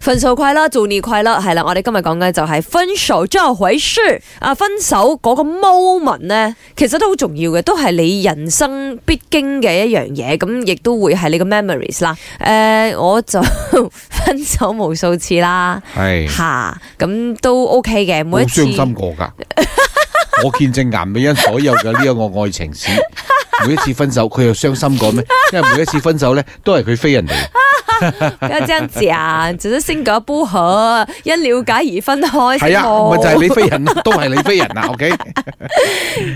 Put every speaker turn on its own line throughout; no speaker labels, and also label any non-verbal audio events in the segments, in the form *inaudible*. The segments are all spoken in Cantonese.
分手快啦，做你快啦，係啦，我哋今日講嘅就係分手之後回事啊，分手嗰個 moment 呢，其實都好重要嘅，都係你人生必經嘅一樣嘢，咁亦都會係你嘅 memories 啦。誒、我就 *laughs* 分手無數次啦，
係
吓咁都 OK 嘅，
嗯好
每一次
傷心過㗎。 *laughs* 我見證顏美欣所有嘅呢一個愛
*laughs*
情史，每一次分手佢又傷心過咩？因為每一次分手咧都係佢飛
*laughs*
人哋。
不要這樣
*laughs*
講，只是性格不合，因了解而分開先
係啊，
好
咪就係你飛人咯， *laughs* 都係你飛人啊。OK，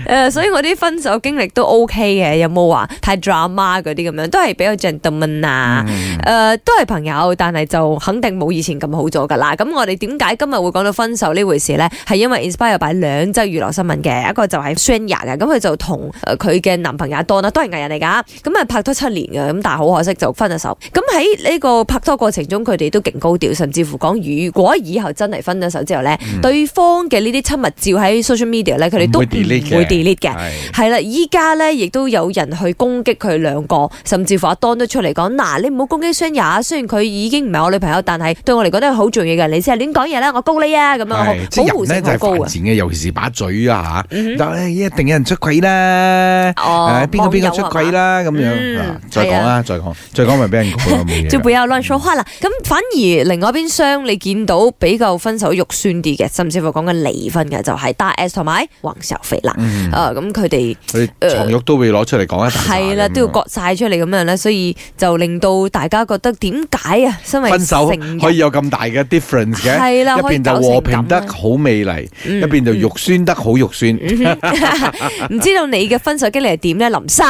誒、所以我啲分手經歷都 OK 嘅，有冇話太 drama 嗰啲咁樣，都係比較 gentleman 啊，誒、都係朋友，但係就肯定冇以前咁好咗噶啦。咁我哋點解今日會講到分手呢回事呢？係因為 inspire by 兩則娛樂新聞嘅，一個就係 Shania 嘅，咁佢就同誒佢嘅男朋友 Don 啦，都係藝人嚟㗎，咁啊拍拖七年嘅，咁但係好可惜就分咗手。咁喺呢個拍拖過程中，佢哋都勁高調，甚至乎講如果以後真係分咗手之後呢，對方嘅呢啲親密照喺 social media 呢，佢哋都
唔
嗯唔
會 delete 嘅
會 delete 嘅。
係
係啦，依家咧亦都有人去攻擊佢兩個，甚至乎阿 Don 都出嚟講：嗱、你唔好攻擊 Shania，雖然佢已經唔係我女朋友，但係對我嚟講都係好重要嘅。你先啊係亂講嘢啦，我告你啊！ *laughs* 咁樣我
係即係
保護
人
性
咧
好
就係
高
犯
啊！
賤嘅，尤其是把
*laughs*
嘴啊
嗯
嚇，但係一定有人出軌啦。
哦
誒，邊個邊個出軌？啦？咁
嗯
樣啊再
係
講
啊
啦，再講，再講咪俾人告啦，冇
*laughs*
嘢
就
啦。
不要亂說嗯話啦。咁反而另外一邊廂，你見到比較分手肉酸啲嘅，甚至乎講緊離婚嘅，就係、大 S 同埋黃小肥啦。
嗯
啊，咁佢哋。
佢床褥都會攞出嚟講一大
係啦，
扎咁樣啊
都要割晒出嚟咁樣咧，所以就令到大家覺得點解啊？身為
分手
成人
可以有咁大嘅 difference 嘅，
係啦，
一
可以
邊就
搞成
和平
咁
得
啊
好美麗，
嗯
一邊就肉酸得好肉酸。
*laughs* 唔知道你嘅分手經歷係點咧，林生？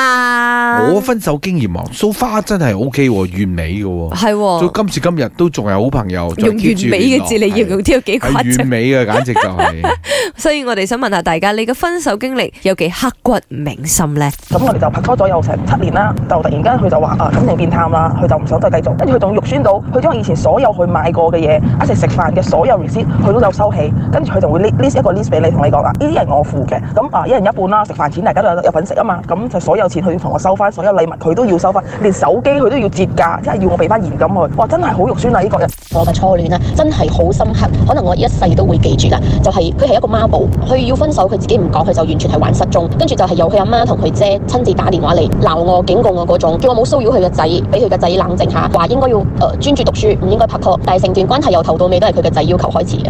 我分手經驗啊，so far 真係 OK 喎，完美嘅喎，
係
到
喎，
今時今日都仲係好朋友，再
哦用完
keep 住
美
聯
嘅
絡
字你形容
係
啲有幾誇
係完
張，
美嘅，簡直就係、
所以我哋想問下大家，你嘅分手經歷有幾刻骨銘心咧？
咁我哋就拍拖咗有成七年啦，就突然間佢就話啊感情變淡啦，佢就唔想再繼續，跟住佢仲肉酸到，佢將以前所有佢買過嘅嘢，一齊食飯嘅所有 receipt，佢都有收起，跟住佢就會 list list 一個 list 俾你，同你講啊，呢啲係我付嘅，咁啊一人一半啦，食飯錢大家都有有份食啊嘛，咁就所有錢佢要同我收翻，所有禮物佢都要收翻，連手機佢都要折價，即係要我俾翻現金佢，哇真係好肉酸啊呢個人！
我嘅初戀啦，啊真係好深刻，可能我一世都會記住啦。就係佢係一個媽寶，佢要分手佢自己唔講，佢就完全係玩失蹤，跟住就係由佢阿媽同佢姐親自打電話嚟鬧我、警告我嗰種，叫我冇騷擾佢嘅仔，俾佢嘅仔冷靜下，話應該要誒、呃、專注讀書，唔應該拍拖。但係成段關係由頭到尾都係佢嘅仔要求開始嘅。